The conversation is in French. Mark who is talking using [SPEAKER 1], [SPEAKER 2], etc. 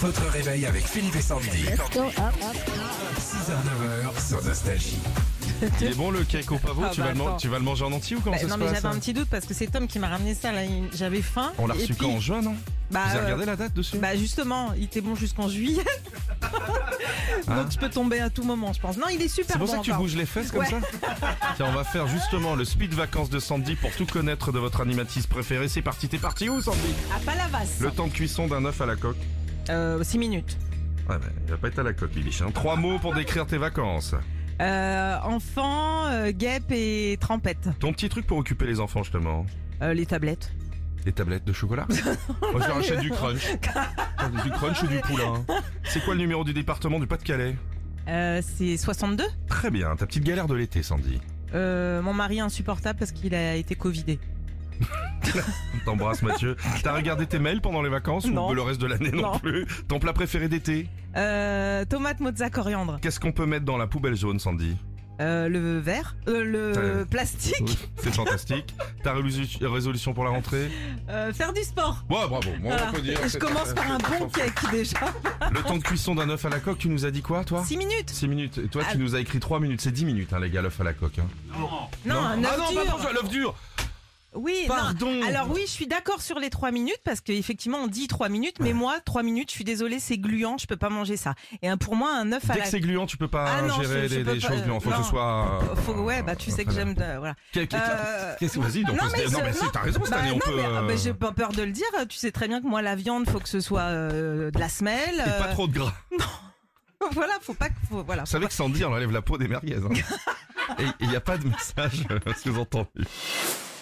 [SPEAKER 1] Votre réveil avec Philippe et Sandy. 6h-9h sur Nostalgie.
[SPEAKER 2] Il est bon le cake au pavot,
[SPEAKER 3] Ah
[SPEAKER 2] tu,
[SPEAKER 3] bah
[SPEAKER 2] vas le man-
[SPEAKER 3] attends.
[SPEAKER 2] tu vas le manger en entier ou comment
[SPEAKER 3] Bah,
[SPEAKER 2] ça
[SPEAKER 3] non
[SPEAKER 2] se
[SPEAKER 3] mais
[SPEAKER 2] passe
[SPEAKER 3] j'avais
[SPEAKER 2] hein
[SPEAKER 3] un petit doute parce que c'est Tom qui m'a ramené ça là, il- j'avais faim.
[SPEAKER 2] On l'a
[SPEAKER 3] Et
[SPEAKER 2] reçu
[SPEAKER 3] puis-
[SPEAKER 2] quand en juin non
[SPEAKER 3] bah,
[SPEAKER 2] Vous
[SPEAKER 3] euh,
[SPEAKER 2] avez regardé la date dessus
[SPEAKER 3] bah justement, il était bon jusqu'en juillet.
[SPEAKER 2] Hein
[SPEAKER 3] Donc je peux tomber à tout moment, je pense. Non, il est super
[SPEAKER 2] C'est pour
[SPEAKER 3] bon.
[SPEAKER 2] ça que tu
[SPEAKER 3] encore.
[SPEAKER 2] bouges les fesses comme
[SPEAKER 3] hein. Ouais.
[SPEAKER 2] ça Tiens, on va faire justement le speed vacances de Sandy pour tout connaître de votre animatrice préférée. C'est parti, t'es parti où Sandy
[SPEAKER 3] À Palavas.
[SPEAKER 2] Le temps de cuisson d'un œuf à la coque.
[SPEAKER 3] 6 minutes.
[SPEAKER 2] Ouais, bah, il va pas être à la coque, il est chiant. Trois mots pour décrire tes vacances.
[SPEAKER 3] Euh, enfant, euh, guêpe et trempette.
[SPEAKER 2] Ton petit truc pour occuper les enfants justement.
[SPEAKER 3] Euh, les tablettes.
[SPEAKER 2] Les tablettes de chocolat Moi je leur achète du crunch. du crunch ou du poulain. C'est quoi le numéro du département du Pas-de-Calais
[SPEAKER 3] Euh, c'est 62.
[SPEAKER 2] Très bien, ta petite galère de l'été Sandy.
[SPEAKER 3] Euh, mon mari est insupportable parce qu'il a été covidé.
[SPEAKER 2] T'embrasse Mathieu. T'as regardé tes mails pendant les vacances
[SPEAKER 3] Non.
[SPEAKER 2] ou le reste de l'année non,
[SPEAKER 3] Non.
[SPEAKER 2] plus Ton plat préféré d'été
[SPEAKER 3] Euh, tomate, mozza, coriandre.
[SPEAKER 2] Qu'est-ce qu'on peut mettre dans la poubelle jaune, Sandy
[SPEAKER 3] Euh, le verre. Euh, le
[SPEAKER 2] Euh,
[SPEAKER 3] plastique.
[SPEAKER 2] C'est fantastique. Ta rélu- résolution pour la rentrée
[SPEAKER 3] Euh, faire du sport.
[SPEAKER 2] Ouais, bravo. Bon,
[SPEAKER 3] Voilà.
[SPEAKER 2] on peut dire,
[SPEAKER 3] Ah, Je
[SPEAKER 2] c'est-
[SPEAKER 3] commence par un bon cake déjà.
[SPEAKER 2] Le temps de cuisson d'un œuf à la coque, tu nous as dit quoi, toi
[SPEAKER 3] 6 minutes.
[SPEAKER 2] 6 minutes. Et toi,
[SPEAKER 3] Ah.
[SPEAKER 2] tu nous as écrit 3 minutes. C'est 10 minutes, hein, les gars, l'œuf à la coque. hein.
[SPEAKER 3] Non, un
[SPEAKER 2] Ah
[SPEAKER 3] œuf
[SPEAKER 2] non,
[SPEAKER 3] dur.
[SPEAKER 2] pas pour toi, l'œuf dur
[SPEAKER 3] Oui, non.
[SPEAKER 2] Pardon.
[SPEAKER 3] Alors oui, je suis d'accord sur les 3 minutes parce qu'effectivement on dit 3 minutes, mais moi 3 minutes, je suis désolée, c'est gluant, je peux pas manger ça. Et hein, pour moi un œuf à
[SPEAKER 2] Dès
[SPEAKER 3] la...
[SPEAKER 2] que c'est gluant, tu peux pas
[SPEAKER 3] Ah non,
[SPEAKER 2] gérer
[SPEAKER 3] je- je
[SPEAKER 2] des,
[SPEAKER 3] peux
[SPEAKER 2] des
[SPEAKER 3] pas,
[SPEAKER 2] choses
[SPEAKER 3] euh,
[SPEAKER 2] gluantes. Faut que
[SPEAKER 3] non.
[SPEAKER 2] ce soit. euh,
[SPEAKER 3] Faut- Ouais, bah tu sais que
[SPEAKER 2] très
[SPEAKER 3] j'aime...
[SPEAKER 2] bien.
[SPEAKER 3] de- voilà.
[SPEAKER 2] Qu'est- qu'est-
[SPEAKER 3] Euh,
[SPEAKER 2] Qu'est-ce que vas-y donc
[SPEAKER 3] non,
[SPEAKER 2] on se
[SPEAKER 3] mais
[SPEAKER 2] dit- Non,
[SPEAKER 3] je-
[SPEAKER 2] mais
[SPEAKER 3] non.
[SPEAKER 2] c'est- t'as raison cette
[SPEAKER 3] Bah,
[SPEAKER 2] année, on
[SPEAKER 3] non,
[SPEAKER 2] peut.
[SPEAKER 3] mais ah,
[SPEAKER 2] euh,
[SPEAKER 3] bah, j'ai pas peur de le dire. Tu sais très bien que moi, la viande, faut que ce soit euh, de la semelle.
[SPEAKER 2] et pas
[SPEAKER 3] euh,
[SPEAKER 2] trop de gras.
[SPEAKER 3] voilà, faut pas que. faut- voilà.
[SPEAKER 2] Vous savez que Sandy, on enlève la peau des merguez. hein. Et il n'y a pas de message euh, sous-entendu.